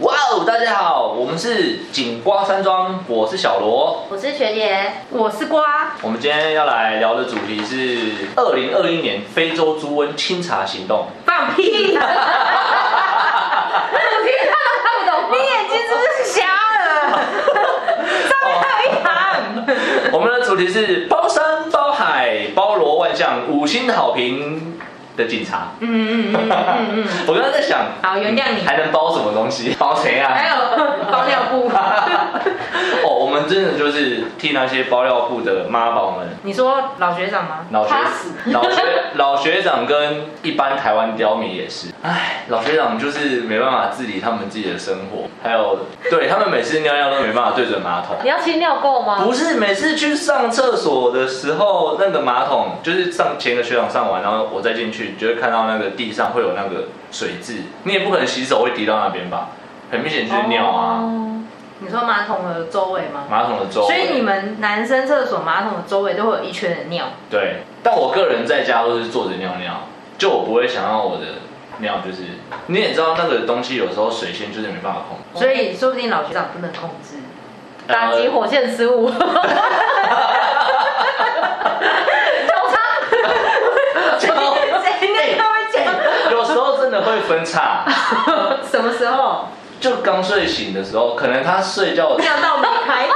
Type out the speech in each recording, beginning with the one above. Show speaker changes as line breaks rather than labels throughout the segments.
Hello，大哦家好，我们是景瓜山庄，我是小罗。
我是学姐，我是瓜，
我们今天要来聊的主题是二零二一年非洲猪瘟清查行 动。
放屁！ 我听到都看不懂，你眼睛是不是瞎了？上面还有一行。
哦我们的主题是包山包海包罗万象，五星好评的警察。
嗯嗯嗯嗯嗯嗯。
我刚刚在想，嗯
好原谅你
还能包什么东西？包谁啊？
还有包尿布。
哦，我们真的就是替那些包料铺的妈宝们
你说老学长吗？
老学
他死。
老学老学长跟一般台湾刁民也是，唉，老学长就是没办法自理他们自己的生活，还有对他们每次尿尿都没办法对准马桶。
你要清尿垢吗？
不是每次去上厕所的时候，那个马桶就是上前一个学长上完，然后我再进去，就会看到那个地上会有那个水渍，你也不可能洗手会滴到那边吧？很明显就是尿啊，
哦
你说马桶的周围吗？
马桶的周围。
所以你们男生厕所马桶的周围都会有一圈的尿。
对，但我个人在家都是坐着尿尿，就我不会想要我的尿就是，你也知道那个东西有时候水仙就是没办法控制。
所以说不定老学长不能控 制。
打击火箭失误。懂他？
这个
谁应该都会讲。
呃有时候真的会分 叉，
什么时候？
就刚睡醒的时候，可能他睡觉
尿到没开，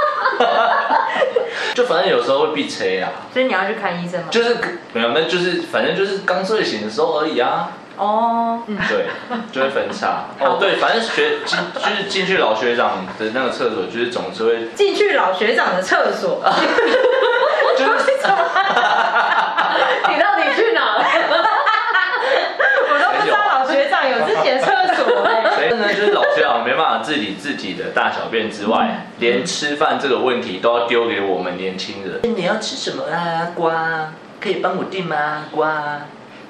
就反正有时候会必吹啊，
所以你要去看医生吗？
就是没有，那就是反正就是刚睡醒的时候而已啊。
哦，嗯
对，就会分叉。哦，对，反正学进就是进去老学长的那个厕所，就是总是会
进去老学长的厕所，
就是
你到底去哪了？
我都不知道老学长有自己的厕所哎。
所以呢，就是老学长没办法自理自己的大小便之外，连吃饭这个问题都要丢给我们年轻人。哎你要吃什么啊？瓜，可以帮我订吗？瓜。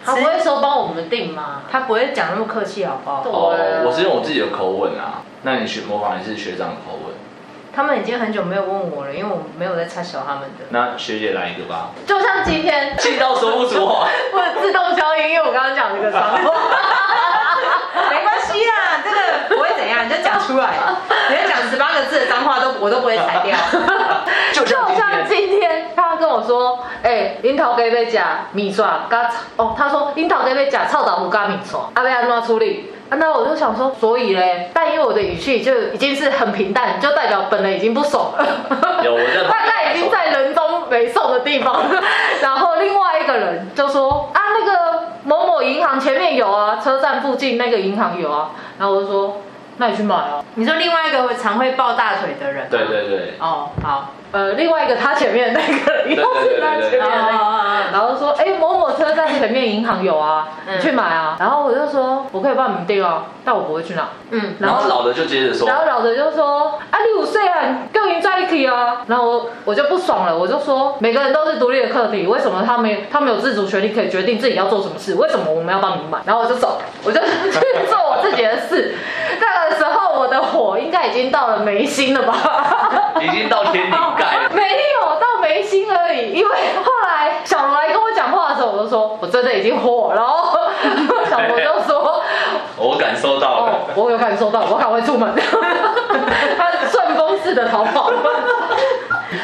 他不会说帮我们订吗？
他不会讲那么客气好不好？
哦
对啊，
我是用我自己的口吻啊。那你学模仿也是学长的口吻。
他们已经很久没有问我了，因为我没有在插小他们的。
那学姐来一个吧。
就像今天，
气到说不出话。
我自动消音，因为我刚刚讲这个脏话。
没关系啦，这个不会怎样，你就讲出 来，你就讲十八个字的脏话都我都不会裁掉。
就
就
像今
像
天，
今天，他跟我说，哎、樱桃给被假米刷，嘎哦，他说樱桃给被假臭豆腐加米刷，阿贝安怎处理？啊那我就想说，所以嘞，但因为我的语气就已经是很平淡，就代表本人已经不爽了。
有我 在旁边
大概已经在人中没送的地方了。然后另外一个人就说啊，那个某某银行前面有啊，车站附近那个银行有啊。然后我就说，那你去买啊。
你说另外一个会常会抱大腿的人吗，
对对对，
哦，好，
呃，另外一个他前面那个
对对对
又是他前面
对
那个。
哦
然后说，哎、某某车站前面银行有啊，
嗯
你去买啊。然后我就说，我可以帮你们订啊，但我不会去拿。
嗯，
然后老的就接着说
然，后老子就说：“啊，你五岁啊，跟人在一起啊。”然后我我就不爽了，我就说：“每个人都是独立的客体，为什么他们他们有自主权利可以决定自己要做什么事？为什么我们要帮你买？”然后我就走， 我就去做我自己的事。那个时候我的火应该已经到了眉心了吧？
已经到天灵盖 了。
没有到眉心而已，因为后来小罗来跟我讲话的时候，我就说我真的已经火 了哦。小罗就说。
我感受到
哦
了，，
我有感受到，我赶快出门，他顺风式的逃跑。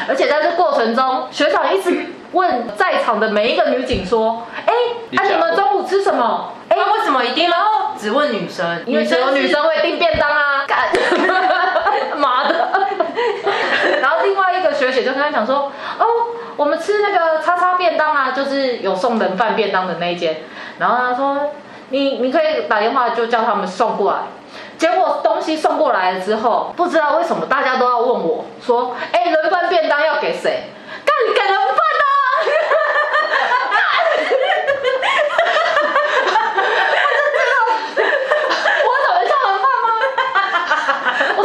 而且在这过程中，学长一直问在场的每一个女警说：“哎、
你
啊
讲
你们中午吃什么？”哎、
那为什么一定要只问女生？
因为只有女生会订便当 啊，干， 妈的！然后另外一个学姐就跟他讲说，哦，我们吃那个叉叉便当啊，就是有送人饭便当的那一间。然后他说，你你可以打电话就叫他们送过来。结果东西送过来了之后，不知道为什么大家都要问我说，哎、人饭便当要给谁？干你给人饭啊！我怎么叫人饭吗？ 我超不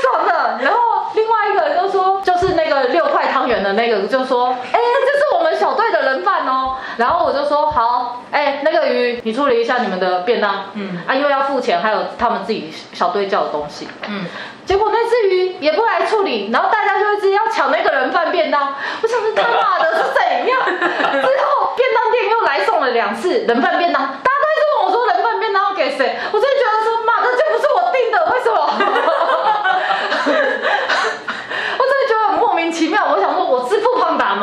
爽的。然后另外一个人就说，就是那个六块汤圆的那个就说，哎、这是我们小队的人饭哦。 然后我就说好，哎、那个鱼你处理一下你们的便当，
嗯
嗯，啊，因为要付钱，还有他们自己小队叫的东西。
嗯，
结果那只鱼也不来处理，然后大家就一直要抢那个人饭便当。 我想说他妈的是怎样？之后便当店又来送了两次人饭便当，大家都一直问我说人饭便当要给谁？我真的觉得说妈的，这不是我订的，为什么？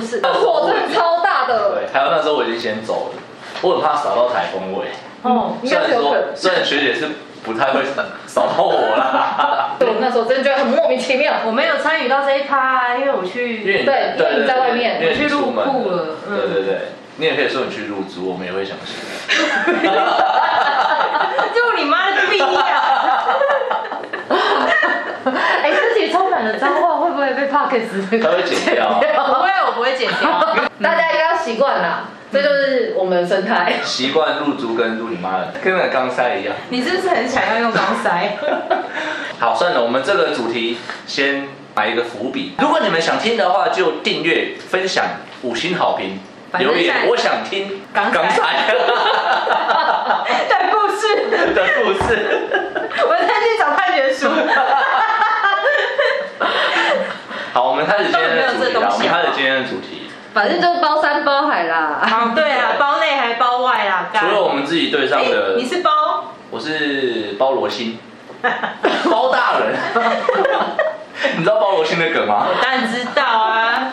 死，火
哦
真的超大的，
对，台湾那时候我已经先走了，我很怕扫到台风尾。
哦，应
虽
该
然
是有可
说
能，。
虽然学姐是不太会扫到我啦，
对，我那时候真的觉得很莫名其妙。
我没有参与到这一趴，因为我去，
因为你
对因为你在外面
因为你
我去入
出门
库了嗯
对对对，你也可以说你去入租，我们也会相信。
就你妈的逼啊！
哎，自己充满了脏话，会不会被 Pockets
他会剪掉
不会，我不会剪掉。
大家应该要习惯啦，这就是我们的生态。
习惯入租跟入你妈的，跟那个钢塞一样。
你是不是很想要用钢塞？
好，算了，我们这个主题先埋一个伏笔。如果你们想听的话，就订阅、分享、五星好评、
反正
留
现
言。
在
我想听
港
港
仔
仔
对，不 是，
的故事。
我再去找判决 书。
好，我们开始今天的主
根本没有
题
这
啦。我们开
东西啊
始今天的主题，
反正就是包山包海 啦。
哦，对啊，包内还包外啊啦。
除了我们自己队上
哎
的
你，是包，
我是包罗 星，包大人。你知道包罗星的梗吗？
当然知道啊。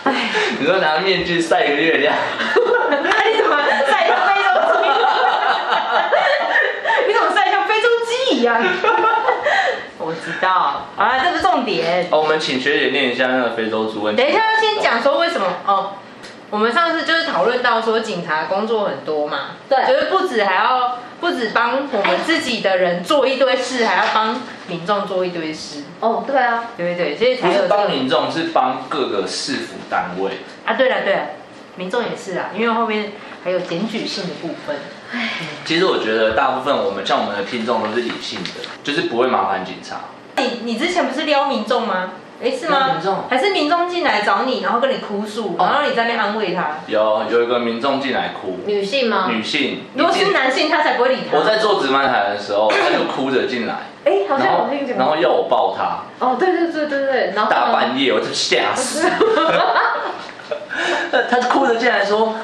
你说拿面具晒个月亮，
那你怎么晒像非洲鸡？ 你怎么晒像非洲
哎
鸡 一样？我知道，好啦，这不是重点。
哦，我们请学姐念一下那个非洲猪瘟。
等一下要先讲说为什么哦。我们上次就是讨论到说，警察工作很多嘛，
对
就是不止还要不止帮我们自己的人做一堆事，还要帮民众做一堆事，
哦，对啊，
对对对，所以才
不
有
是
这个
帮民众，是帮各个市府单位。
啊。对了对了，民众也是啊，因为后面还有检举性的部分，
其实我觉得大部分我们像我们的听众都是理性的，就是不会麻烦警察。
哎你你之前不是撩民众吗？哎，是吗？
撩民众哦
还是民众进来找你，然后跟你哭诉，然后你在那边安慰他。
有有一个民众进来哭，
女性吗？
女性，
如果
一
是
进
男性，他才不会理他。
我在做值班台的时候，他就哭着进来，
哎，好
然
像
后
我听见
然后
过。
要我抱他，
嗯
哦，对对对对对，然后
大半夜我就吓 死。他哭着进来说：“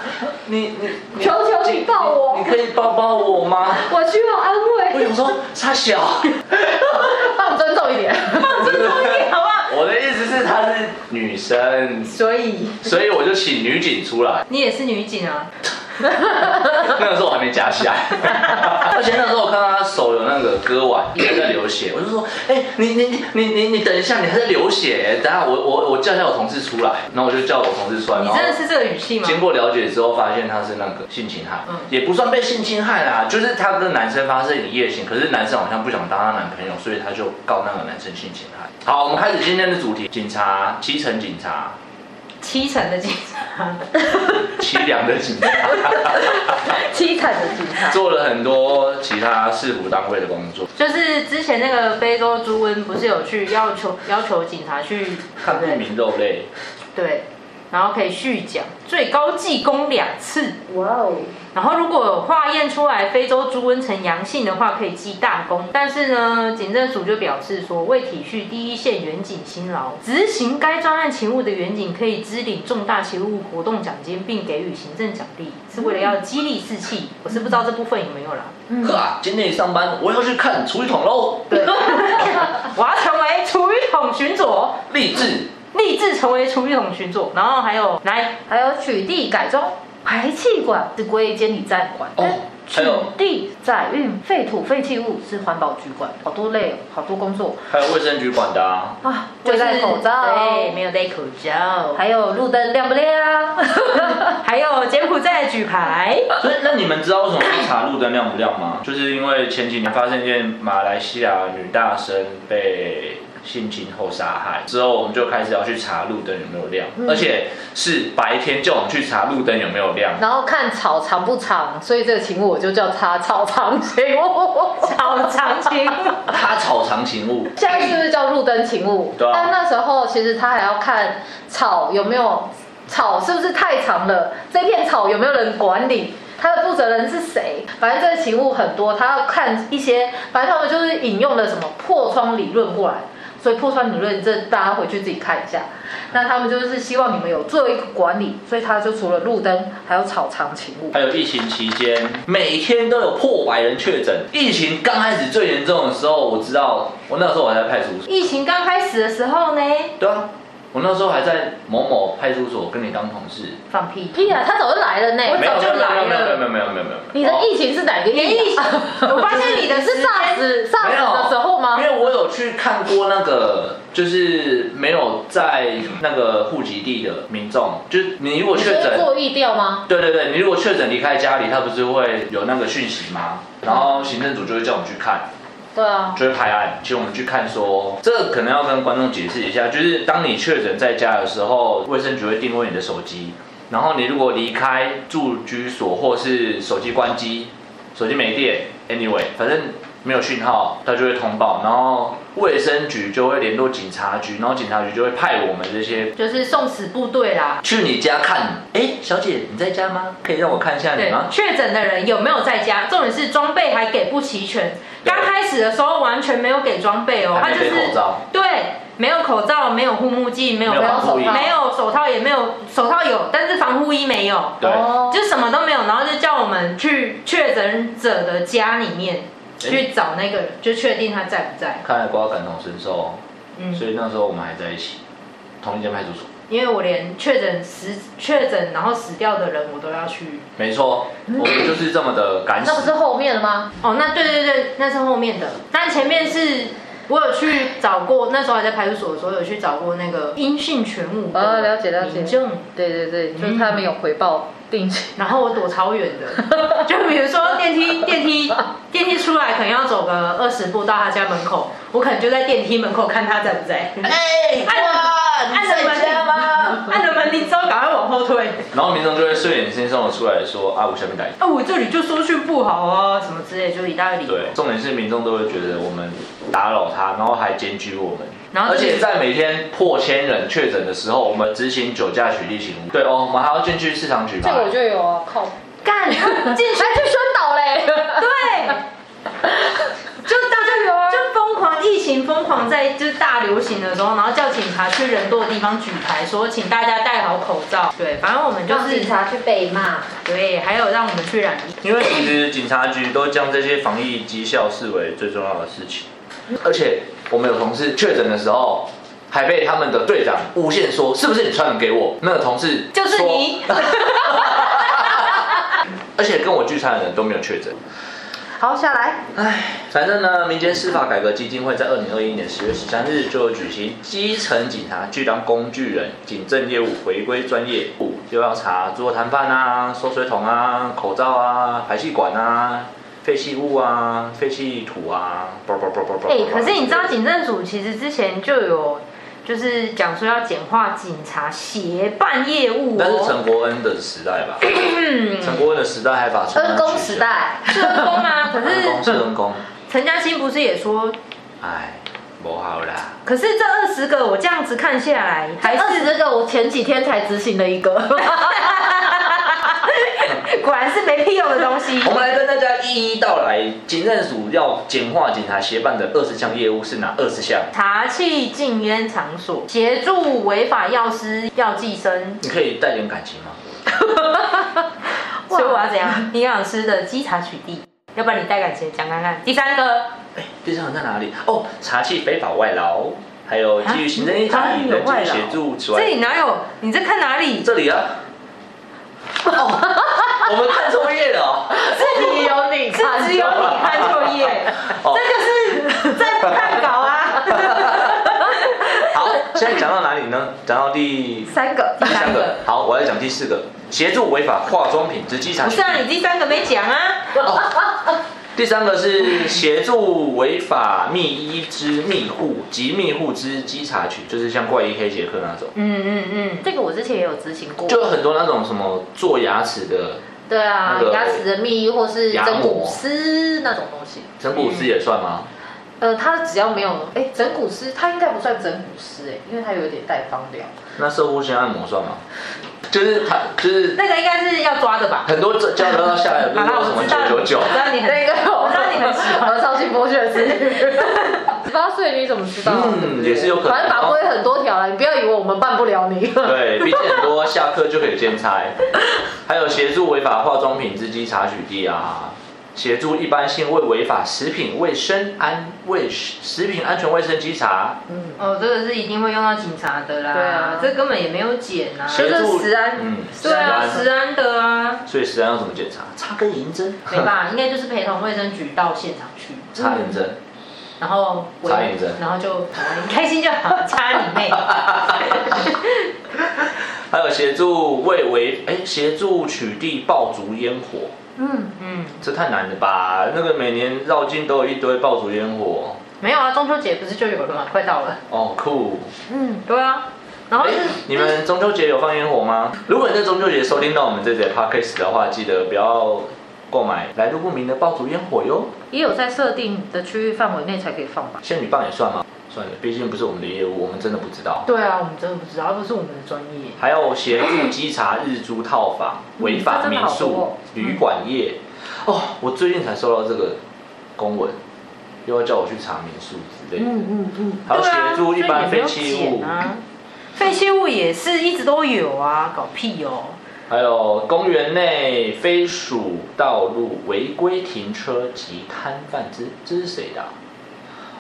你你你
求求你抱我
你可以抱抱我吗
我需要安？”
我
慰，
想说傻小，
放尊重一 点。
尊重一点好不好？
我的意思是她是女生，
所以
所以我就请女警出来。
你也是女警啊？
那个时候我还没夹起 来，而且那时候我看到他手有那个割腕，还在流血，我就说，哎、你你你你你你等一下，你还在流血，等一下我我我叫一下我同事出来，然后我就叫我同事出来，
你
然后
真的是这个语气吗？
经过了解之后发现他是那个性侵害，
嗯
也不算被性侵害啦，就是他跟男生发生一夜情，可是男生好像不想当他男朋友，所以他就告那个男生性侵害。好，我们开始今天的主题，警察，基层警察，
七成的警察，
凄凉的警察。
凄惨的警察。
做了很多其他市府单位的工作，
就是之前那个非洲猪瘟不是有去要求要求警察去
看不明肉类，
对，然后可以续奖，最高技工两次。
哇哦，
然后如果化验出来非洲猪瘟呈阳性的话，可以记大功。但是呢，警政署就表示说，为体恤第一线远警辛劳，执行该专案勤务的远警可以支领重大勤务活动奖金，并给予行政奖励，是为了要激励士气。我是不知道这部分有没有 啦。
呵，今天一上班我要去看厨余桶喽，
对，我要成为厨余桶巡佐，
励志。
立志成为厨余桶巡佐。然后还有来，
还有取缔改装排气管是归监理站管，
哦
但取
还有
缔载运废土废弃物是环保局管，好多累哦，好多工作
还有卫生局管的啊，
啊！就戴口罩，
对，没有戴口罩，
还有路灯亮不 亮？
还有柬埔寨的举牌。
所以 那你们知道为什么去查路灯亮不亮吗？就是因为前几年发生一件马来西亚女大生被性侵后杀害之后，我们就开始要去查路灯有没有亮，
嗯
而且是白天叫我们去查路灯有没有亮，
然后看草长不长，所以这个请我就叫它草长请物。
好长情，
他草长情物，
现在是不是叫路灯请物？
对啊
但那时候其实他还要看草有没有草是不是太长了，这片草有没有人管理。他的负责人是谁？反正这个请物很多，他要看一些，反正他们就是引用了什么破窗理论过来，所以破窗理论这大家回去自己看一下。那他们就是希望你们有做一个管理，所以他就除了路灯，还有草长请物。
还有疫情期间，每天都有破百人确诊。疫情刚开始最严重的时候，我知道，我那时候我还在派出所。
疫情刚开始的时候呢，
对啊，我那时候还在某某派出所跟你当同事，
放屁！
屁啊，他早就来了呢。
没有
早
没有
就
没有没
来
有没
了
有没有没有没有，
你的
哦
疫情是哪个
你的
疫
疫
情？啊
我发 现你的时
是
间
SARS
没有
SARS 的时候吗
因？为我有去看过那个，就是没有在那个户籍地的民众，就是你如果
你
确
说
诊，
做疫调吗？
对对对，你如果确诊离开家里，他不是会有那个讯息吗？然后行政组就会叫我们去看，
对啊，
就会排案，请我们去看说，这个可能要跟观众解释一下，就是当你确诊在家的时候，卫生局会定位你的手机，然后你如果离开住居所或是手机关机，手机没电，anyway，反正没有讯号，它就会通报，然后卫生局就会联络警察局，然后警察局就会派我们这些
就是送死部队啦。
去你家看，哎，小姐你在家吗？可以让我看一下你
对
吗？，
确诊的人有没有在家？重点是装备还给不齐全。
对
刚开始的时候完全没有给装备哦，他
还
就
没给
是
口罩
对，没有口罩，没有护目镜，没有
没有防护衣
没有手套，也没有手套有，但是防护衣没有，
对
哦
就什么都没有。然后就叫我们去确诊者的家里
哎
面去找那个人，就确定他在不在。
看来瓜感同身受哦，
嗯，
所以那时候我们还在一起，同一间派出所。
因为我连确诊死确诊然后死掉的人我都要去。
没错，我们就是这么的敢
嗯那不是
死。
后面的吗？
哦，那对对对，那是后面的，但前面是我有去找过，那时候还在派出所的时候有去找过那个音讯全无的
哦了解了解
民众
对对对，就是他没有回报定期。
然后我躲超远 的，就比如说电梯电梯电梯出来可能要走个二十步到他家门口，我可能就在电梯门口看他在不 在，
哎
按了按了门铃
吗？
按了门铃之后赶快往后退，
然后民众就会睡眼惺忪的出来说：“啊，我下面打。
啊我这里就收讯不好啊什么之类，就一大堆理由。
对，重点是民众都会觉得我们打扰他，然后还检举我们。
然后
而
就是
且在每天破千人确诊的时候，我们执行酒驾取缔行为。对哦，我们还要进去市场举
这
牌。
个我就有啊，靠，啊
干进 去
还去宣导嘞。
对，就大家有啊，就疯狂疫情疯狂在就是大流行的时候，然后叫警察去人多的地方举牌，说请大家戴好口罩。对，反正我们就
让
是
警察去被骂，
对，还有让我们去染疫。
因为其实警察局都将这些防疫绩效视为最重要的事情，而且我们有同事确诊的时候，还被他们的队长诬陷说是不是你传染给我？那个同事
就是
说
你，
而且跟我聚餐的人都没有确诊。
好，下来。
反正呢，民间司法改革基金会在二零二一年十月十三日就有举行基层警察去当工具人，警政业务回归专业部，又要查桌摊贩啊、收水桶啊、口罩啊、排气管啊、废弃物啊、废弃土啊，啵啵啵啵啵。
哎、可是你知道警政署其实之前就有。就是讲说要简化警察协办业务
那是
哦，
陈国恩的时代吧？陈国恩的时代还把陈
恩公时，代，
是分工吗？可
恩公
是
是恩公，
陈嘉欣不是也说，
哎，不好啦。
可是这二十个我这样子看下来，还
二
是
十这个我前几天才执行了一个，
果然是没屁用的东 西。
我们来跟大家一一道来，警政署要简化警察协办的二十项业务是哪二十项？
查气禁烟场所，协助违法药师药剂生，
你可以带点感情吗？
所以我要怎样？营养师的稽查取缔，要不然你带感情讲看看。第三个，
哎，第三个在哪里？哦，查气非法外劳，还有基于行政依法
啊
以人际协助此
这
外，
里哪有？你在看哪里？
这里啊，哦，我们看错页了哦，
这里有你
看
是只有你看作业，
哦
这就是在看稿啊。
好，现在讲到哪里呢？讲到第
三个，
第三
三
个
个，
好，我要讲第四个，协助违法化妆品之稽查
不
取
是啊，
缔。
你第三个没讲啊。
第三个是协助违法密医之密护及密护之稽查取，就是像怪医黑杰克那种，
嗯嗯嗯，
这个我之前也有执行过。
就有很多那种什么做牙齿的
对啊
那个，
牙齿的密或是
牙
整
膜
骨丝那种东西。
整骨师也算吗？
呃，它只要没有，哎，整骨丝它应该不算整骨丝，哎，因为它有点带芳 疗。
那射护线按摩算吗？就是他就是
那个应该是要抓的吧？
很多交流道下来不是
好
有
啦
什
我
么
知
九
道，
九九
我，知道你很
那个
我知道你很喜欢
我超级剥 削是，十八岁你怎么知道啊？
嗯
对不对
也是有可能
反正法规很多条了，你不要以为我们办不了你。
嗯
对，毕竟很多下课就可以兼差，还有协助违法化妆品之稽查取缔啊，协助一般性未违法食品卫生安卫食品安全卫生稽查，
哦，这个是一定会用到警察的啦。
对啊
这根本也没有检啊。
协
是
助
食安
嗯，
对啊，
食
食
安，
安的啊，
所以食安要怎么检查？插根银针，
没办法，应该就是陪同卫生局到现场去，
插银针，
然后我
插眼针
然后就你开心就 好，插你妹。
还有协助未违哎协助取缔爆竹烟火，
嗯，
嗯，
这太难了吧？那个每年绕境都有一堆爆竹烟火，
没有啊，中秋节不是就有了嘛，快到了。
哦酷。
嗯，对啊。然后
哎
是
你们中秋节有放烟火吗？如果你在中秋节收听到我们这节 podcast 的话，记得不要购买来路不明的爆竹烟火哟。
也有在设定的区域
嗯
范围内才可以放吧？
仙女棒也算吗？算了，毕竟不是我们的业务，我们真的不知道。
对啊，我们真的不知道，不是我们的专业。
还有协助稽查日租套房、违法
这真的
民
好
宿、
多哦
旅馆业。哦，我最近才收到这个公文，又要叫我去查民宿之类的。
嗯嗯
还有
对啊
协助一般
所以
废
也
弃
没有
物，
剪啊，废弃物也是一直都有啊，搞屁哦。
还有公园内非属道路违规停车及摊贩之，这是谁的啊、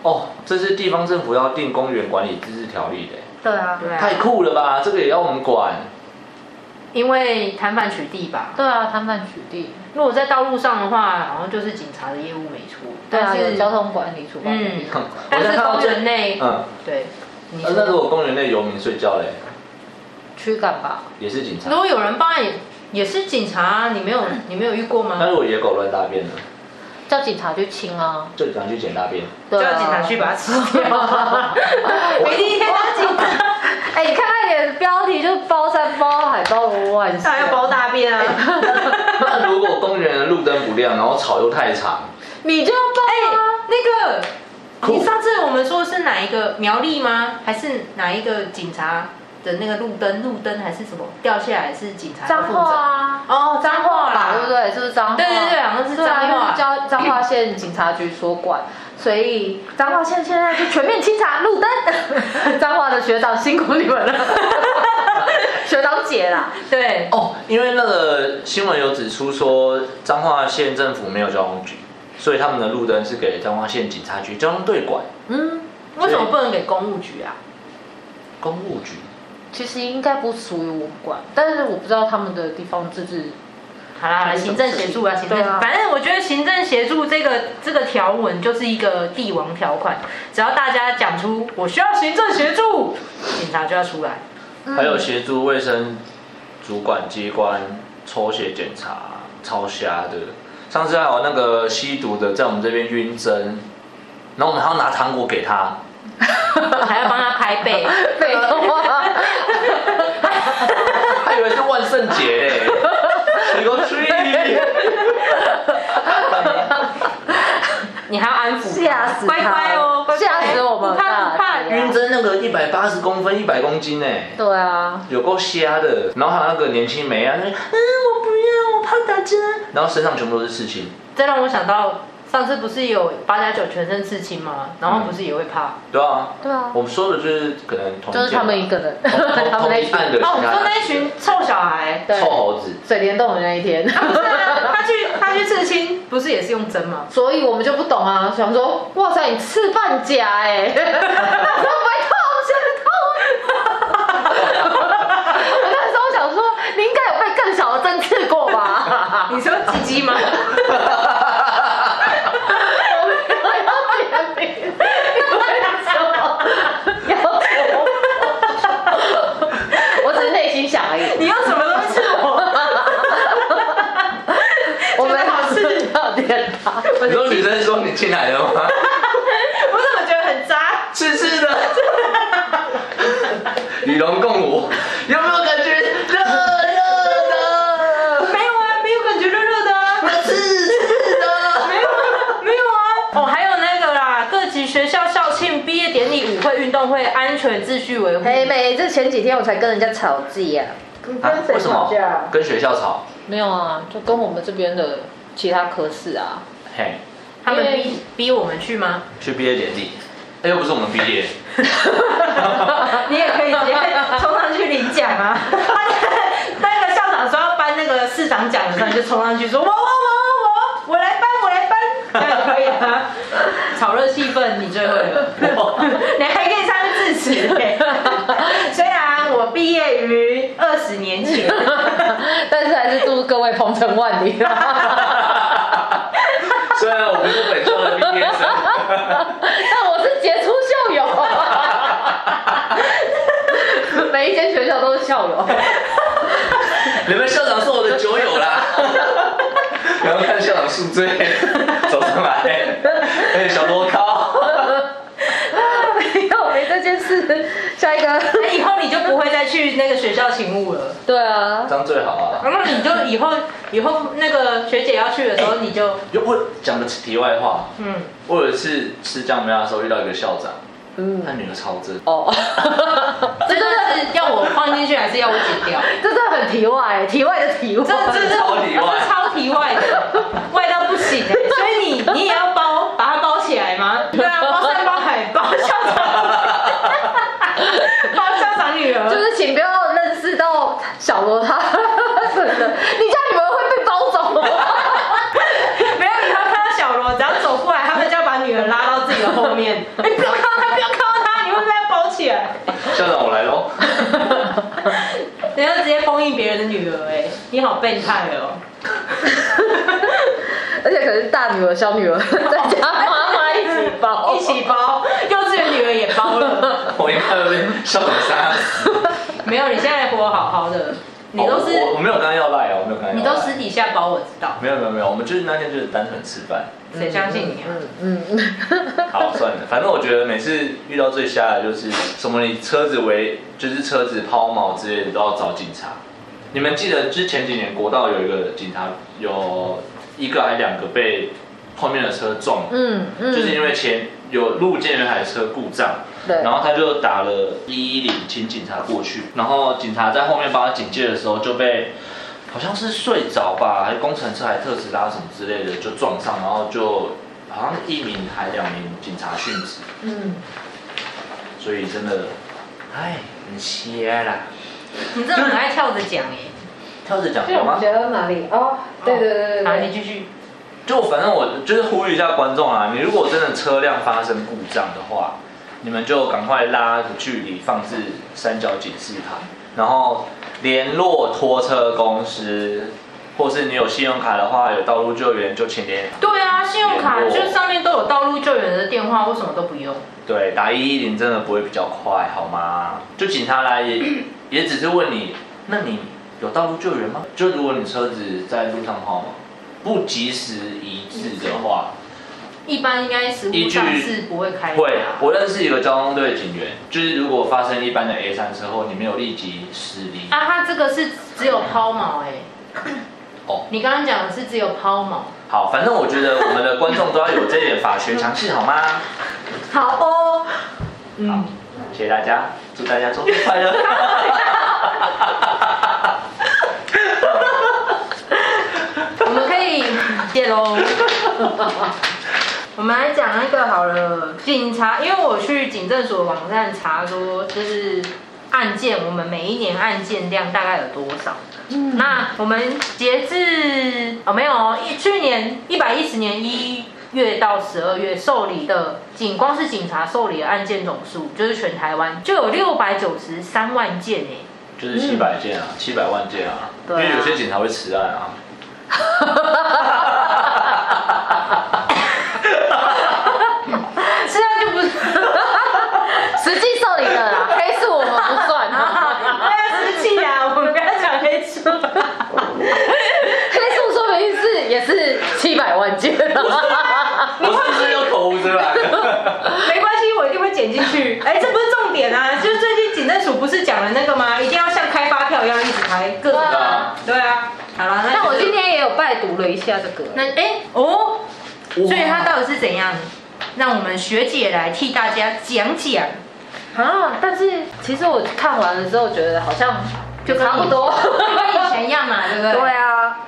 哦，这是地方政府要定公园管理自治条例的，
对啊，
对
太
啊，
酷了吧？这个也要我们管？
因为摊贩取缔吧。
对啊，摊贩取缔，
如果在道路上的话，好像就是警察的业务没错。
对啊，
但是
有交通管理处吧？
嗯
哼
但
我在
是
看到
公
这
园内，
嗯，
对，哎你
呃
说
那如果公园内游民睡觉嘞，
驱赶吧，
也是警察
如。果有人报案也也是警察啊，你没有你没有遇过
那
吗？
如果野狗乱大便呢？
叫警察去清啊，
就警察去捡大便。
对啊
叫警察去把它吃掉。每天一天当 警察，
哎、你看看你的标题就是包山包海包罗万象，
当然要包大 便啊。
那如果公园的路灯不亮，然后草又太长，
你就要
哎
包啊。，
那个。
酷
你上次我们说是哪一个苗栗吗？还是哪一个警察的那个路灯？路灯还是什么掉下来是警察要
脏
负
话
责？
啊，
哦，脏话啦
吧，，对不？对？是不是脏话？
对对对好像是
对啊
彰化
因为交彰化县警察局所管，所以彰化县现在就全面清查路灯。 彰化的学长辛苦你们了， 学长姐啦。
对，
哦，因为那个新闻有指出说，彰化县政府没有交通局，所以他们的路灯是给彰化县警察局交通队管，
嗯，
为什么不能给公务局啊？
公务局。
其实应该不属于我们管，但是我不知道他们的地方自治。
好啦，行政协助啊，行政，
对啊
反正我觉得行政协助这个这个条文就是一个帝王条款，只要大家讲出我需要行政协助，警察就要出 来。
嗯
还有协助卫生主管机关抽血检查、超瞎的。上次还有那个吸毒的在我们这边晕针，然后我们还要拿糖果给他，
还要帮他拍背，
废话，
他以为是万圣节嘞，水果 tree。
你还要安抚他，
吓死他
乖乖哦，乖乖
吓死我们
不怕不怕
大，家
晕针那个一百八十公分、一百公斤哎，
对啊，
有够瞎的。然后还有那个年轻妹啊，那嗯，我不要，我怕打针。然后身上全部都是刺青，
这让我想到上次不是有八加九全身刺青吗？然后不是也会怕？
对啊，
对啊
我们说的就是可能同一件
就是他们一个人，
同同
他们那
同
一
一
群
案的其
哦，我们
他
说那一群臭小孩，
对
臭猴子。
水帘洞的那一天。
不是啊，他去他去刺青，不是也是用针吗？
所以我们就不懂啊，想说，哇塞，你刺半甲哎、欸，那时候不会痛，现在痛。 我那时候想说，你应该有被更小的针刺过吧？
你说鸡鸡吗？
我要点名，你为什么要我？我只是内心想而已。
你用什么东西刺我？
我们
真的好
吃到点他，
你说女生说你进来了吗？
我怎么觉得很渣？
是是的。 与龙共舞，有没有感觉热热的？
没有啊，没有感觉热热的、啊，
是是的。
没有啊，没有啊。哦，还有那个啦，各级学校校庆、毕业典礼、舞会、运动会，安全秩序维护。
哎妹，这前几天我才跟人家吵架，
你
啊？为什么？跟学校吵？
没有啊，就跟我们这边的其他科室啊。
嘿，
他们逼逼我们去吗？
去毕业典礼，那又不是我们毕业。
你也可以直接冲上去领奖 啊！那个校长说要颁那个市长奖的时候，你就冲上去说：“我我我我我，我来颁，我来 啊炒热气氛，你最会了， 你还可以上去致辞 耶。虽然我毕业于二十年前，
但是还是祝各位鹏程万里。啊
虽然我不是本校的毕业生，
但我是杰出校友， 每一间学校都是校友。
你们校长是我的酒友啦。然后看校长宿醉，走上来，哎、小罗高，
没有没这件事，下一个。
那以后你就不会再去那个学校勤务了。
对啊，
这样最好啊。
然后你就以后以后那个学姐要去的时候，你就
就我讲个题外话，
嗯，
我有一次吃姜母鸭的时候遇到一个校长，
嗯，
他女儿超正，
哦，
这真的是要我放进去还是要我剪掉？
这真的很题外，题外的题外。
这这这
超题外
这超题外的， 外到不行哎、所以你你也要包，把它包起来吗？ 对啊，包山包海包校长， 包校长女儿，
就是请不要认识到小罗他真的，你这样你们会被包走。
没有以后看到小罗，只要走过来，他们就要把女儿拉到自己的后面，你不要靠他，不要靠他，你会被他包起来，
校长我来喽。
人家直接封印别人的女儿哎、你好变态 哦、
而且可能是大女儿、小女儿 再加妈妈一起包，
一起包，幼稚园女儿也包了。
我应该会被校长杀死。
没有，你现在活好好的，你都是、
哦我我我没有跟他要赖哦，我没有跟他要赖。
你都私底下包，我知道，
没有没有没有，我们就是那天就是单纯吃饭。
谁相信你啊？
嗯，
好，算了，反正我觉得每次遇到最瞎的就是什么，你车子违，就是车子抛锚之类的都要找警察。你们记得之前几年国道有一个警察有一个还两个被后面的车撞了，
嗯嗯，
就是因为前有路肩有一台车故障，
对
然后他就打了一一零，请警察过去。然后警察在后面帮他警戒的时候，就被好像是睡着吧，还是工程车还特斯拉什么之类的就撞上，然后就好像一名还两名警察殉职。
嗯，
所以真的，哎，很瞎啦。
你真的很爱跳着讲欸
跳着讲
这
有
我
吗？
觉得哪里哦，对对对对
哎，好，你
对，
继续。
就反正我就是呼吁一下观众啊，你如果真的车辆发生故障的话，你们就赶快拉距离放置三角警示牌，然后联络拖车公司，或是你有信用卡的话，有道路救援就请联
对啊，信用卡
联络
就是上面都有道路救援的电话，为什么都不用？
对打一一零真的不会比较快好吗？就警察来也也只是问你，那你有道路救援吗？就如果你车子在路上抛锚，不及时移置的话，
一般应该实
依
物
据
上是不会开的
会
啊，。
我认识一个交通队警员，就是如果发生一般的 A 三车祸，你没有立即驶离，
啊，它这个是只有抛锚哎。
哦，
你刚刚讲的是只有抛锚，
好，反正我觉得我们的观众都要有这点法学常识，好吗？
好 哦。
好
嗯，，
谢谢大家，祝大家周末快 乐。
我们可以谢喽。我们来讲那个好了，警察，因为我去警政署的网站查说，就是案件，我们每一年案件量大概有多少？
嗯
那我们截至哦没有哦一去年一百一十年一月到十二月受理的警光是警察受理的案件总数，就是全台湾就有六百九十三万件哎。
就是七百件啊，七百万件啊，因
对啊
为有些警察会迟案啊。
是啊，就不是
实际受理的啦，黑数我们不算
啊，
啊，
要生气啊！我们不要讲黑数。
黑数说明是也是七百万件。啊
我是不是又啊口无遮拦？
没关系，我一定会剪进去。哎、这不是重点啊！就是最近警政署不是讲了那个吗？一定要像开发票一样一直开各种
对
啊。
对啊，好了，那
但我
就
今天也有拜读了一下这个，
那哎、哦，所以它到底是怎样？让我们学姐来替大家讲讲。
啊，但是其实我看完了之后觉得好像就
跟
差不多，
就跟以前一样嘛，对不对？
对。啊，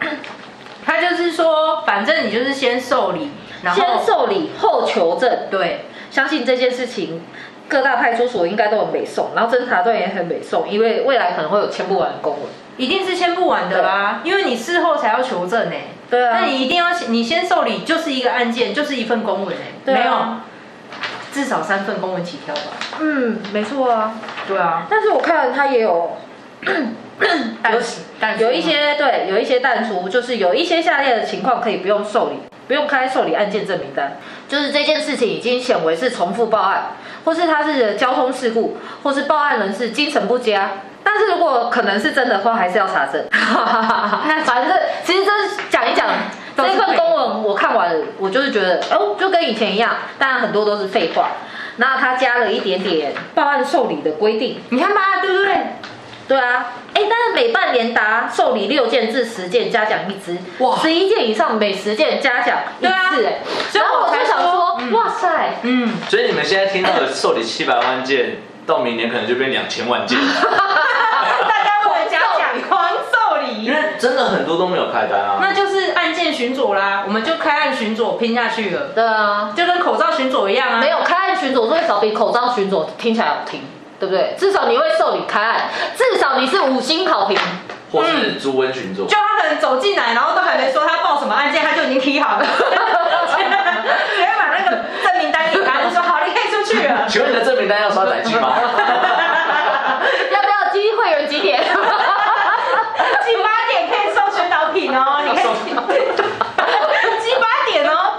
他就是说，反正你就是先受理，然后
先受理后求证，
对，
相信这件事情。各大派出所应该都很北宋，然后侦查队也很北宋，因为未来可能会有签不完的公文。
一定是签不完的啦、因为你事后才要求证呢、欸
对啊
那，你一定要先你先受理，就是一个案件，就是一份公文哎、
对
没有
啊，
至少三份公文起跳吧？
嗯，没错啊。
对啊，
但是我看他也 有
但
有
是但
有一些对，有一些淡出，就是有一些下列的情况可以不用受理，不用开受理案件证明单，就是这件事情已经显为是重复报案，或是他是交通事故，或是报案人是精神不佳。但是如果可能是真的话，还是要查证。 反正其实这讲一讲。
都
这
是
一份
废
公文我看完了，我就是觉得，哦，就跟以前一样，当然很多都是废话。那他加了一点点报案受理的规定，
你看吧，对不对？
对啊，哎，但是每半年达受理六件至十件，嘉奖一支，
哇
十一件以上每十件嘉奖一
对啊
次，哎、
所以
然后
我
我
才
就想
说
说，
嗯
哇塞，
嗯，
所以你们现在听到的受理七百万件，到明年可能就变两千万件，
大家为了嘉奖狂受理
因，为真的很多都没有开单啊。
那就是案件巡佐啦，我们就开案巡佐拼下去了，
对啊，
就跟口罩巡佐一样啊。
没有开案巡佐最少比口罩巡佐听起来好听，对不对？至少你会受理开案，至少你是五星好 评，
或是
嗯
朱温群做
就，他可能走进来，然后都还没说他报什么案件，他就已经踢 好了，直接把那个证明单给他，就说好，你可以出去了。
请问你的证明单要刷载机吗？
要不要激会员几点？
七八点可以送宣导品 哦，你可以七八点哦。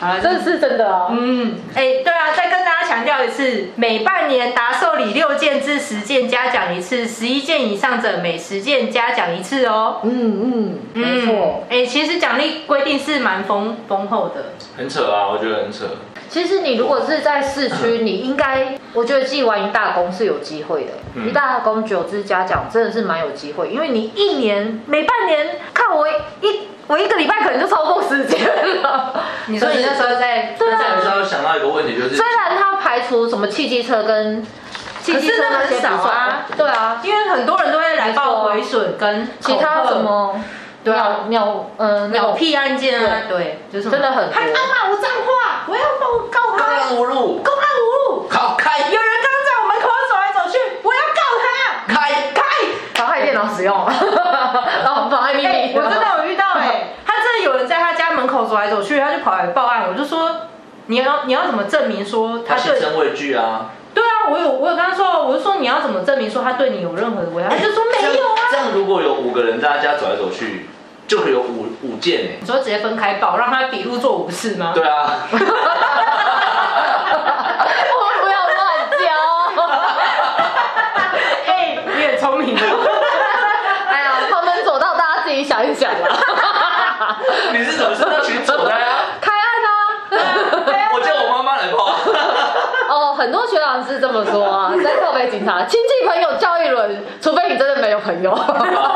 好了，
这是真的啊，
嗯，哎、对啊，再跟大家强调一次，每半年达受理六件至十件嘉奖一次，十一件以上者每十件嘉奖一次哦。
嗯嗯，没错。
嗯哎、其实奖励规定是蛮丰丰厚的。
很扯啊，我觉得很扯。
其实你如果是在市 区，你应该，我觉得寄完一大工是有机会的。
嗯
一大工九支嘉奖真的是蛮有机会，因为你一年每半年看我一我一个礼拜可能就超过时间了。
你说你那时候在
对
但是
啊，
要想到一个问题，就是
虽然它排除什么汽机车跟汽机车那
可
些不
是那很少
算
啊，
对啊，
因为很多人都会来报毁损跟
其他
恐吓
什么
对啊
鸟鸟呃
鸟屁案件啊，对，就是
真的很多
他他骂我脏话，我要我告
公
他
安，无路，
公安无路，
好开
有人刚刚在我门口走来走去，我要告他，
开
开！
妨害电脑 使用，然 后妨害秘
哎、
密，
我真的有遇到哎、 他真的有人在他家门口走来走去，他就跑来报案，我就说。你要你要怎么证明说
他
他
写
对
真畏惧啊，
对啊？我有我有跟他说，我就说你要怎么证明说他对你有任何的 危害？他就说没有啊
这。样如果有五个人在他家走来走去，就会有五五件哎、
你说直接分开报，让他笔录做五次吗？
对啊，
我不要乱 教。
哎、你很聪明哦。
哎呀，旁门左道，大家自己想一想啦。
你是怎么是那群走的啊？
开案啊！
我叫我妈妈来报。啊
哦，很多学长是这么说啊，在靠北警察，亲戚朋友叫一轮，除非你真的没有朋友。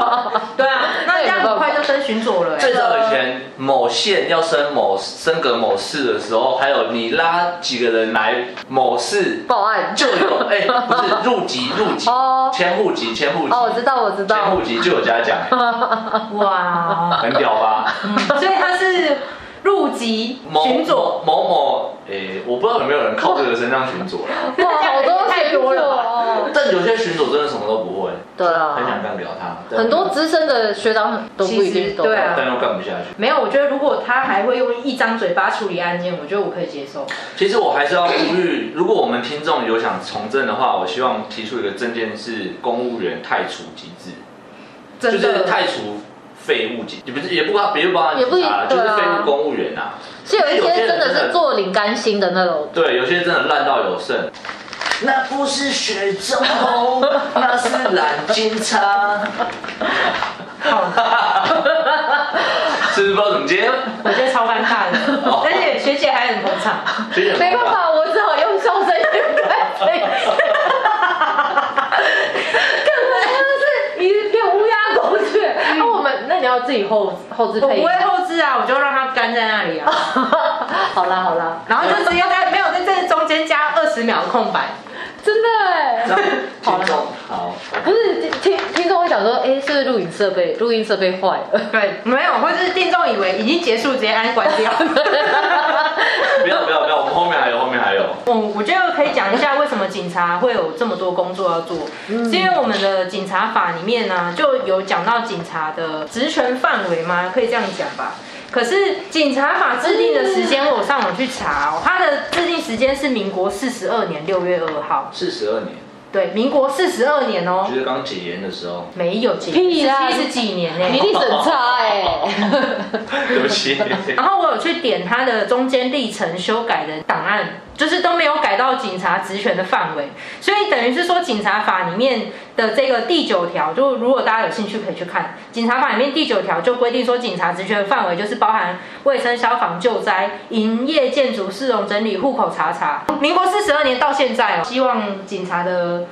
对啊，那这样很快就升巡佐了、
最
欸。
早以前某县要升某升格某市的时候，还有你拉几个人来某市
报案
就有哎、不是入籍入籍
哦
迁户籍迁户籍
哦，我知道，我知
迁
道
户。籍就有嘉奖、哎
哇，
很屌吧？
所以他是入籍
某
巡佐，
某某某诶、我不知道有没有人靠这个身上巡佐啦，
哇，好多
太
太
多
多
了
了
吧
哦。
但有些巡佐真的什么都不会，
对
很想
啊，
干掉他，
很多资深的学长都不
其
一
实
定懂。
对啊
但又干不下去。
没有，我觉得如果他还会用一张嘴巴处理案件，我觉得我可以接受。
其实我还是要呼吁，如果我们听众有想从政的话，我希望提出一个政见是公务员太除机制。就
真
是
的，
太除废物警，也不是也不包，也不包含
也不
警察啦，就
对
是
啊
废物公务员啊。
是有一些真的是做领干心的那种，
对，有些真的烂到有剩。那不是雪中红，那是蓝金叉。 是不是不知道怎么接？
我觉得超尴尬的
哦，
而且学姐还很捧场。
学姐
没办，法，我只好用笑声去看这一次。根本就是一片乌鸦狗血。那、我们，那你要自己后后置
我
配
不
音
会。后置啊，我就让它干在那里啊，
好啦好啦，
然后就直接在没有在这中间加二十秒的空白。
真的哎、
让
好
听众好，
不是听听听众会想说，哎、是不是录影设备录音设备坏了？
对，没有，或者是听众以为已经结束，直接按关掉。
不要不要不要，我们后面还有后面还有。
我嗯我觉得可以讲一下为什么警察会有这么多工作要做，
嗯
是因为我们的警察法里面呢、就有讲到警察的职权范围吗？可以这样讲吧。可是警察法制定的时间，我上网去查哦，它的制定时间是民国四十二年六月二号，
四十二年，
对，民国四十二年哦
就，是刚解严的时候。
没有几
屁啦
是几年呢、
你历史很差哎、
对不起，
然后我有去点它的中间历程修改的档案，就是都没有改到警察职权的范围，所以等于是说警察法里面的这个第九条，就如果大家有兴趣可以去看，警察法里面第九条就规定说警察职权的范围就是包含卫生、消防、救灾、营业、建筑、市容整理、户口查查。民国四十二年到现在哦，希望警察的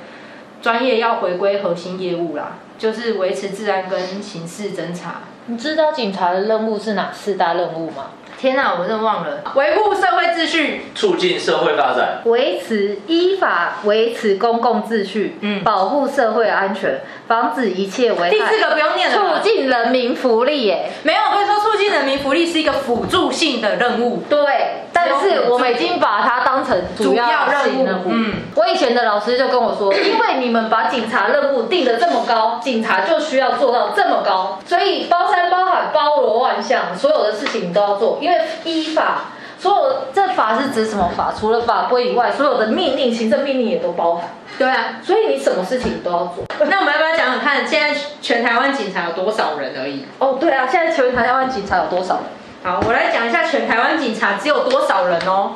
专业要回归核心业务啦，就是维持治安跟刑事侦查。
你知道警察的任务是哪四大任务吗？
天哪，我真的忘了维护社会秩序。
促进社会发展，
维持依法维持公共秩序，
嗯
保护社会安全，防止一切危
第
害，
四个不用念了
促
吧。
进人民福利哎耶。
没有，我跟你说，促进人民福利是一个辅助性的任务。
对，
有
但是我
辅助
们已经把它当成主要性任务。
主要任务嗯
我以前的老师就跟我 说，因为你们把警察任务定得这么高，警察就需要做到这么高，所以包山包海、包罗万象，所有的事情都要做，因为依法。所有这法是指什么法？除了法规以外，所有的命令、行政命令也都包含。
对啊，
所以你什么事情都要做。
那我们要不要讲讲看，现在全台湾警察有多少人而已？
哦，对啊，现在全台湾警察有多少人？
好，我来讲一下全台湾警察只有多少人哦。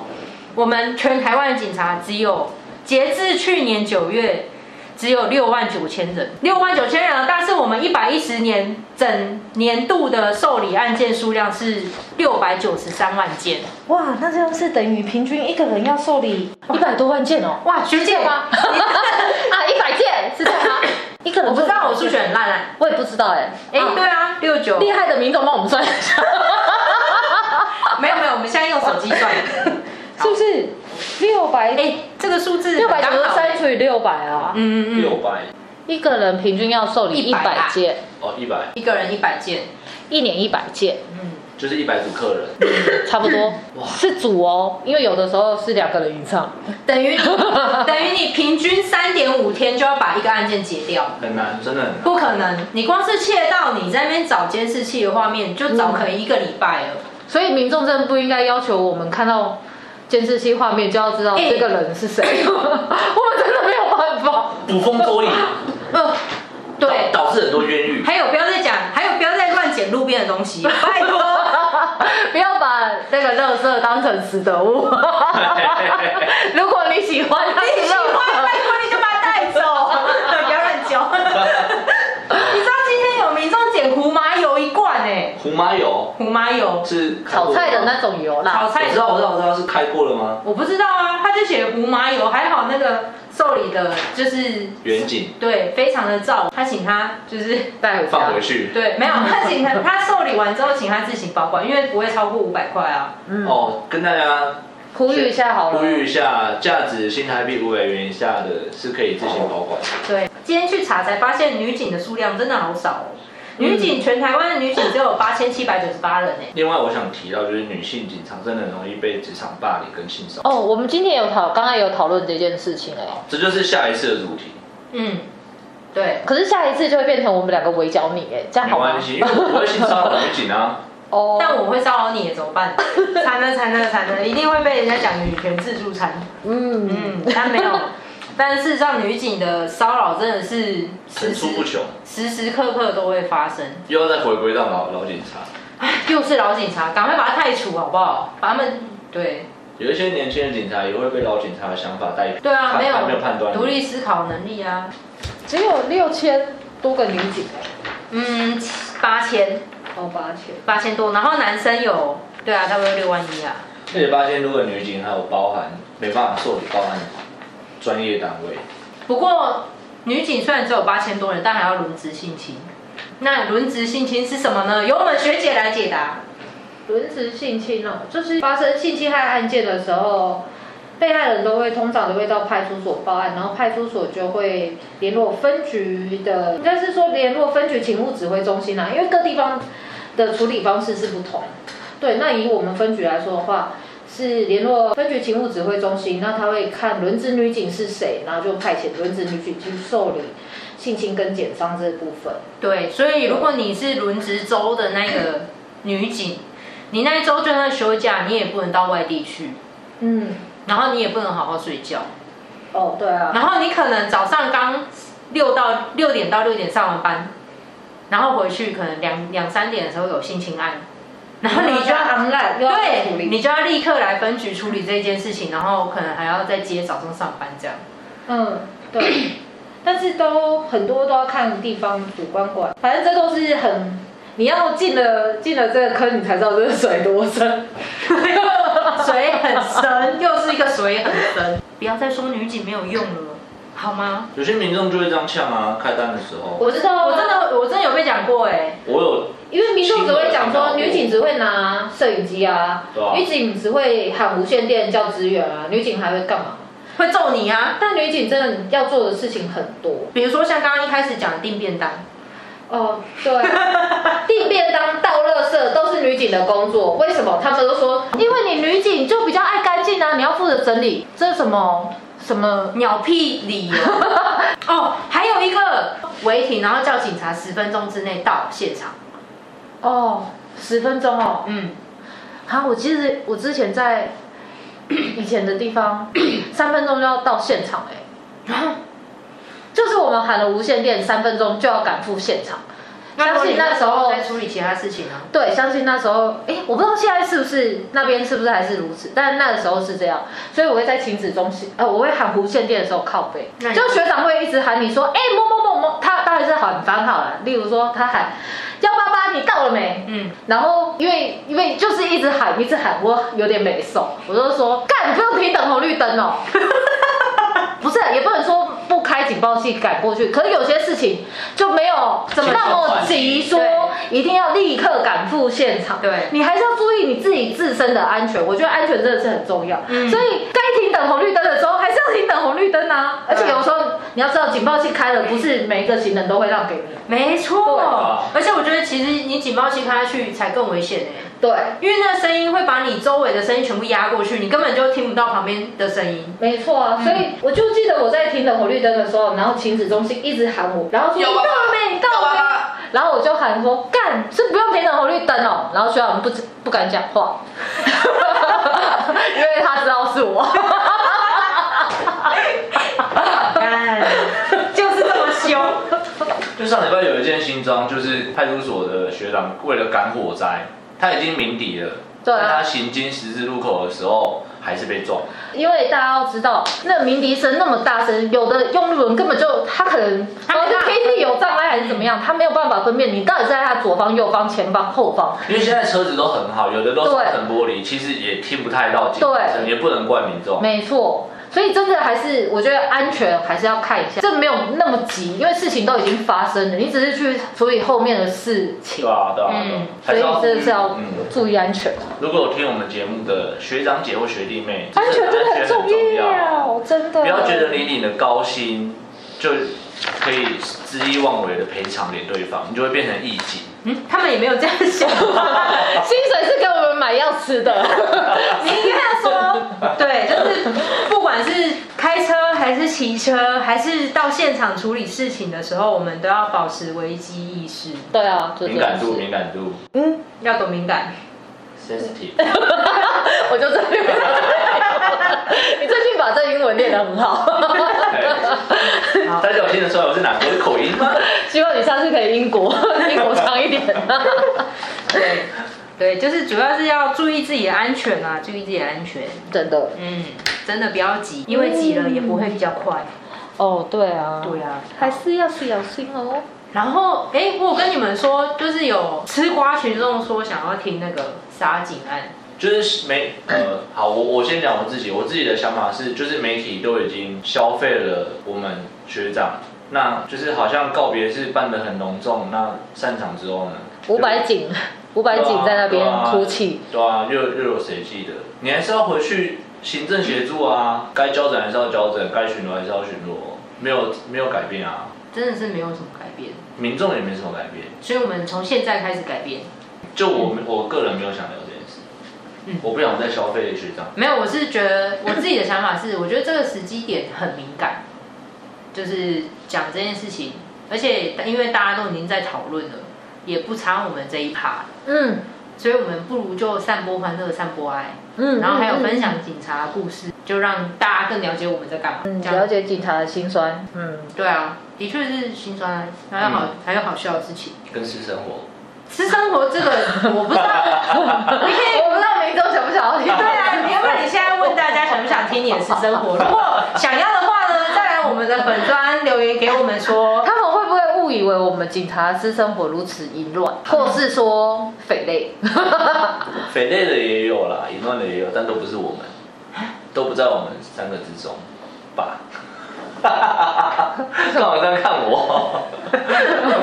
我们全台湾警察只有哦截至去年九月，只有六万九千人，六万九千人。但是我们一百一十年整年度的受理案件数量是六百九十三万件。
哇，那这样是等于平均一个人要受理一百多万件哦。
哇，学姐 吗？
啊，一百件是这样吗？
一个 人
我不知道，我数
是
学很烂啊。
我也不知道哎、
哎、对啊，六九
欸厉害的民众帮我们算一下，
没有没有，我们现在用手机算。
是不是？六
哎、
百
这个数字
六百九
刚
十
好
三除以六百啊，
嗯嗯嗯，
六百
一个人平均要受理一
100
百
啦
件，
哦，一百
一个人一百件，
一年一百件，
就是一百组客人，
差不多
哇
是组哦，因为有的时候是两个人以上。
等于你等于你平均三点五天就要把一个案件结掉。
很难，真的很难。
不可能，你光是窃盗，你在那边找监视器的画面，就找可能一个礼拜了。
所以民众真的不应该要求我们看到监视器画面就要知道
哎
这个人是谁， 我们真的没有办法。
捕风捉影，
呃，对，
导致很多冤狱。
还有不要再讲，还有不要再乱捡路边的东西，拜托。
不要把那个垃圾当成拾得 物。如果你喜欢它是
你喜欢，
垃
拜托你就把它带走，不要乱交。你知道今天有民众捡胡麻油一罐哎、
胡麻油
胡麻油，
是
圾，炒菜的那种油啦。
炒菜
我知道，我知道，我知道是开过了吗？
我不知道啊，他就写胡麻油，还好那个受理的，就是
远景
对，非常的照顾，他请他就是
带回家
放回。去。
对，没有，他请他他受理完之后，请他自行保管，因为不会超过五百块啊。
哦，跟大家
嗯呼吁一下好
呼
了，
吁一下，价值新台币五百元以下的是可以自行保管。
对，今天去查才发现女警的数量真的好少哦，女警全台湾的女警只有八千七百九十八人哎、
另外，我想提到就是女性警察真的很容易被职场霸凌跟性骚扰，
哦，我们今天有讨，刚刚有讨论这件事情哎、
这就是下一次的主题。
嗯，对，
可是下一次就会变成我们两个围剿你哎、这样
没
好吗
关？系，因为我不会性骚扰女警啊。
哦，
但我会骚扰你怎么办？惨了惨了惨了，一定会被人家讲女权自助餐。
嗯
嗯，但没有。但事实上，女警的骚扰真的是时
层
时
出不穷，
时时刻刻都会发生。
又要再回归到老老警察。
唉，又是老警察，赶快把他太除好不好？把他们对
有一些年轻的警察也会被老警察的想法带
对啊，
他
没有
他没有判断力
独立思考能力啊。
只有六千多个女警哎、
嗯，八千
哦，八千。
八千多，然后男生有对啊，差不多六万一啊。
而且八千多的女警还有包含没办法受理报案专业单位，
不过女警虽然只有八千多人，但还要轮值性侵。那轮值性侵是什么呢？由我们学姐来解答。
轮值性侵哦，就是发生性侵害案件的时候，被害人都会通常都会到派出所报案，然后派出所就会联络分局的，应该是说联络分局勤务指挥中心啦、因为各地方的处理方式是不同。对，那以我们分局来说的话，是联络分局勤务指挥中心，那他会看轮值女警是谁，然后就派遣轮值女警去受理性侵跟减伤这部分。
对，所以如果你是轮值州的那个女警，你那一周就算休假，你也不能到外地去，
嗯，
然后你也不能好好睡觉，
哦，对啊，
然后你可能早上刚六到六点到六点上完班，然后回去可能两两三点的时候有性侵案，然后你就
就要
要
昂烂，又要处
对，
理，
你就要立刻来分局处理这件事情，然后可能还要再接早上上班这样。
嗯，对， 但是都很多都要看地方主观管，反正这都是很，你要进了进了这个坑，你才知道这个水多深。
水很深， 又是一个水很深。不要再说女警没有用了，好吗？
有些民众就会这样呛啊，开单的时候，
我知道啊，
我真的，我真的有被讲过哎、
我有
因为民众只会讲说女警只会拿摄影机啊
对啊，
女警只会喊无线电叫支援啊，女警还会干嘛？
会揍你啊！
但女警真的要做的事情很多
比如说像刚刚一开始讲的订便当，
哦，对 啊，订便当、倒垃圾都是女警的工作，为什么？他们都说
因为你女警就比较爱干净啊，你要负责整理，这是什么什么？
鸟屁理由。 哦，还有一个违停，然后叫警察十分钟之内到现场。
嗯哦，十分钟哦。
嗯，
啊，我其实我之前在 以前的地方， 三分钟就要到现场哎、
啊
就是我们喊了无线电，三分钟就要赶赴现场。相信那时候
在处理其他事情啊。
对，相信那时候，哎、我不知道现在是不是那边是不是还是如此，但那个时候是这样，所以我会在停止中心，呃，我会喊无线电的时候靠背
那，你
就学长会一直喊你说，哎、某某某某，他当然是喊番号了，例如说他喊幺八八，你到了没？
嗯，
然后因为因为就是一直喊一直喊，我有点没手，我就说干，不用停等红绿灯哦。不是，也不能说不开警报器赶过去，可是有些事情就没有怎么那么急，说一定要立刻赶赴现场。
对
你还是要注意你自己自身的安全，我觉得安全真的是很重要。
嗯
所以该停等红绿灯的时候，还是要停等红绿灯啊。而且有时候你要知道，警报器开了，不是每一个行人都会让给你。
没
对
错
啊。
而且我觉得其实你警报器开下去才更危险哎、
对，
因为那个声音会把你周围的声音全部压过去，你根本就听不到旁边的声音。
没错
嗯
啊，所以我就记得我在停等红绿灯的时候，然后停止中心一直喊我，然后说
幺
啊
你
八
到
八
了没？你到
幺
了
八
没？
八
然后我就喊说干，是不用停等红绿灯哦。然后学长不知不敢讲 话，因为他知道是我。哎
就是这么凶。
就上礼拜有一件新章，就是派出所的学长为了赶火灾，他已经鸣笛了，
对啊
但他行经十字路口的时候还是被撞。
因为大家要知道，那鸣笛声那么大声，有的用路人根本就他可能哦
他没
好像
办法
听力有障碍还是怎么样，他没有办法分辨你到底在他左方、右方、前方、后方。
因为现在车子都很好，有的都是
对
层玻璃，其实也听不太到警报声，
对
也不能怪民众。
没错，所以真的还是我觉得安全还是要看一下，这没有那么急，因为事情都已经发生了，你只是去处理后面的事
对
情，
啊，对啊，对啊
嗯
还
所以真的是要
嗯
注意安全。
如果有听我们节目的学长姐或学弟妹，
安全真的很
安全
重
很重要，
要，真的。
不要觉得你领的高薪就可以恣意妄为的赔偿给对方，你就会变成义警。
嗯，他们也没有这样啊想。
哎薪水是给我们买药吃的，
你应该说，对，就是不管是开车还是骑车，还是到现场处理事情的时候，我们都要保持危机意识，
对啊，就这
敏
样
感
子
度，。敏感度
要多敏感。
，sensitive。
我就这边，你最近把这英文练得很好，
好
大家有听得出来我是哪国的口音吗？
希望你下次可以英国，英国长一点。
对，对，就是主要是要注意自己的安全啊，注意自己的安全。
真的，
嗯，真的不要急，因为急了也不会比较快。
哦，对啊，
对啊，
还是要小心哦。
然后，哎，我有跟你们说，就是有吃瓜群众说想要听那个杀警案，
就是媒呃，好，我我先讲我自己，我自己的想法是，就是媒体都已经消费了我们学长，那就是好像告别是办得很隆重，那散场之后呢？
五百景， 五百景在那边哭泣，
对啊，又又有谁记得？你还是要回去行政协助啊，该交整还是要交整，该巡逻还是要巡逻，没有没有改变啊，
真的是没有什么改变。
民众也没什么改变。
所以我们从现在开始改变。
就我们我个人没有想聊这件事，
嗯
我不想再消费学长。
没有，我是觉得我自己的想法是，我觉得这个时机点很敏感，就是讲这件事情，而且因为大家都已经在讨论了，也不差我们这一趴。
嗯，
所以我们不如就散播欢乐，散播爱，
嗯
然后还有分享警察的故事，就让大家更了解我们在干嘛。
嗯，
这
了
样
解警察的辛酸，嗯，
对啊，的确是心酸，还有好、还有好笑的事情。
跟私生活。
私生活这个我不知道，你可以
我不知道民众想不想要听，
对啊，你要不然你现在问大家想不想听你的私生活？如果想要的话呢，再来我们的粉砖留言给我们说。
他们会不会误以为我们警察私生活如此 淫乱，或是说匪类？
匪类的也有啦，淫乱的也有，但都不是我们，
啊
都不在我们三个之中吧。干嘛这样看我？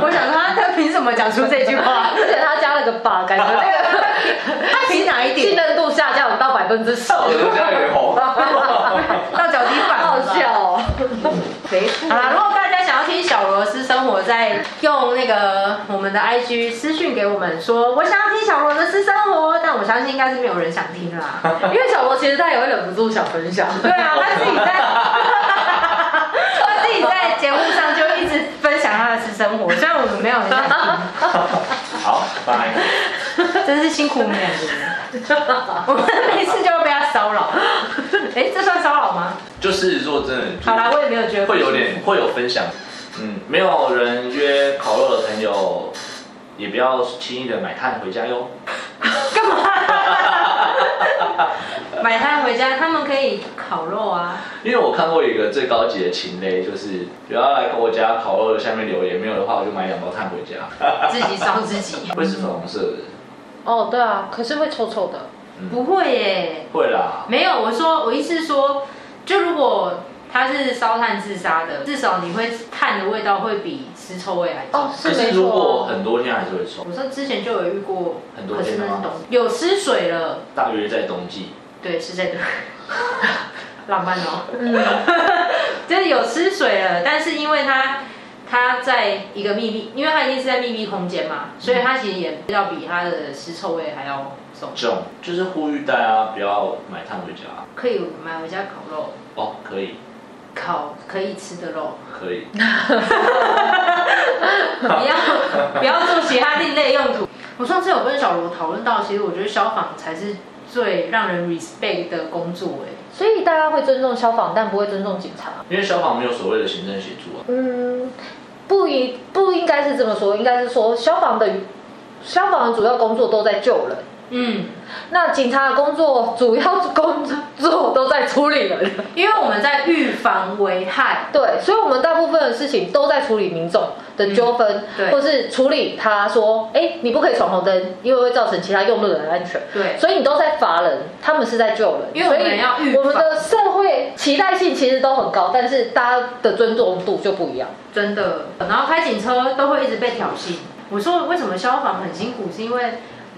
我想他他凭什么讲出这句话？
而且他加了个吧，感觉那个
他凭哪一
信
点？
任度下降到百分之 十，
我都这样脸红。
到脚底板
好
了吧
笑哦。 没啊错
好啦，如果大家想要听小罗私生活，再用那个我们的 IG 私讯给我们说，我想要听小罗的私生活，但我相信应该是没有人想听 啦。
因为小罗其实他也会忍不住想分享，
对啊，他自己在，他自己在节目上就一直分享他的私生活，虽然我们没有很想听，
好，拜。
真是辛苦你们了，我们每次就要被他骚 扰。哎、这算骚扰吗？
就是如果真的，
好啦，我也没有觉得
会有点会有分享。嗯，没有人约烤肉的朋友，也不要轻易的买炭回家哟。
干嘛。 买它回家，他们可以烤肉 啊。
因为我看过一个最高级的情勒，就是不要来我家烤肉的下面留言，没有的话我就买两包炭回家。
自己烧自己，
会是粉红色的，
哦，对啊，可是会臭臭的。
不会耶，
会啦。
没有。我说我意思是说，就如果他是烧炭自杀的，至少你会炭的味道会比尸臭味还重。
哦，是
可
没
是如果
错。
很多天还是会臭，
我说之前就有遇过，
很多
可是
天
那
吗
是冬，有失水了，
大约在冬季。
对，是这个，浪漫哦，
嗯，
就是有失水了，但是因为它它在一个密闭，因为它一定是在密闭空间嘛，所以它其实也要比它的尸臭味还要重，
这种就是呼吁大家不要买炭回家。
可以买回家烤肉，
哦，可以，
烤可以吃的肉。
可以。
不要不要做其他另类用途。我上次有跟小罗讨论到，其实我觉得消防才是最让人 respect 的工作、哎，
所以大家会尊重消防，但不会尊重警察。
因为消防没有所谓的行政协助啊。
嗯，不一不应该是这么说，应该是说消防的消防的主要工作都在救人，
嗯，
那警察的工作主要工作都在处理人。
因为我们在预防危害，
对，所以我们大部分的事情都在处理民众的纠纷，
对
或是处理他说，哎、你不可以闯红灯，因为会造成其他用路人的安全。
对，
所以你都在罚人，他们是在救人，
因为我们要预
所以我们
防
的社会期待性其实都很高，但是大家的尊重度就不一样。
真的。然后开警车都会一直被挑衅。我说为什么消防很辛苦，是因为。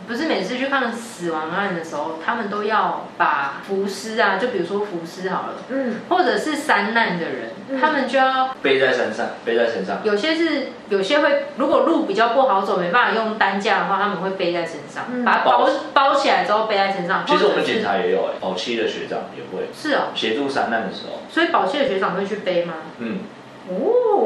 不是每次去看死亡案的时候，他们都要把浮尸啊，就比如说浮尸好了，
嗯，
或者是山难的人，
嗯
他们就要
背在身上，背在身上。
有些是有些会，如果路比较不好走，没办法用担架的话，他们会背在身上，
嗯
把它包包起来之后背在身上。
其实我
或
们
者是
警察也有哎、保期的学长也会
是哦，
协助三难的时候，
所以保械的学长会去背吗？
嗯，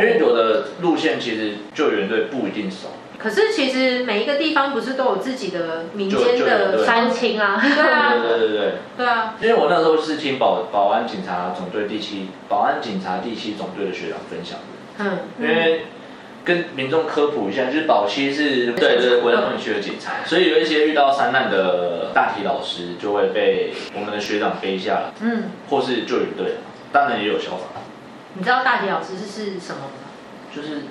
因为
哦，
有的路线其实救援队不一定熟，
可是其实每一个地方不是都有自己的民间
就就有
的
对
三清啊，
对
对
啊，
对对对，
对啊，
因为我那时候是听保保安警察总队第七保安警察第七总队的学长分享的，
嗯，
因为。跟民众科普一下，就是保期是对对国家风景区的警察，所以有一些遇到山难的大体老师就会被我们的学长背下来，
嗯，
或是救援队，啊当然也有消防，
你知道大体老师是什么吗？
就是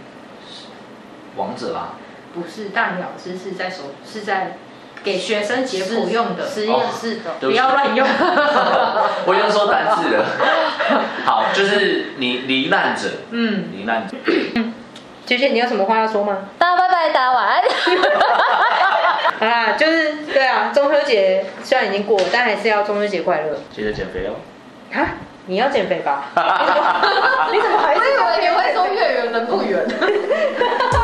王者啊，
不是，大体老师是在手是在给学生解剖用的，
实验室的。
哦对
不
起
要乱用。
我已经说单字 了。好，就是你罹难者，
嗯，
罹难者。
姐姐，你有什么话要说吗？
大家拜拜，大家晚安。
好啦，就是对啊，中秋节虽然已经过了，但还是要中秋节快乐
记得减肥 哦。
啊！你要 哎减肥吧？你怎么还是
啊以为你会说月圆人不圆。啊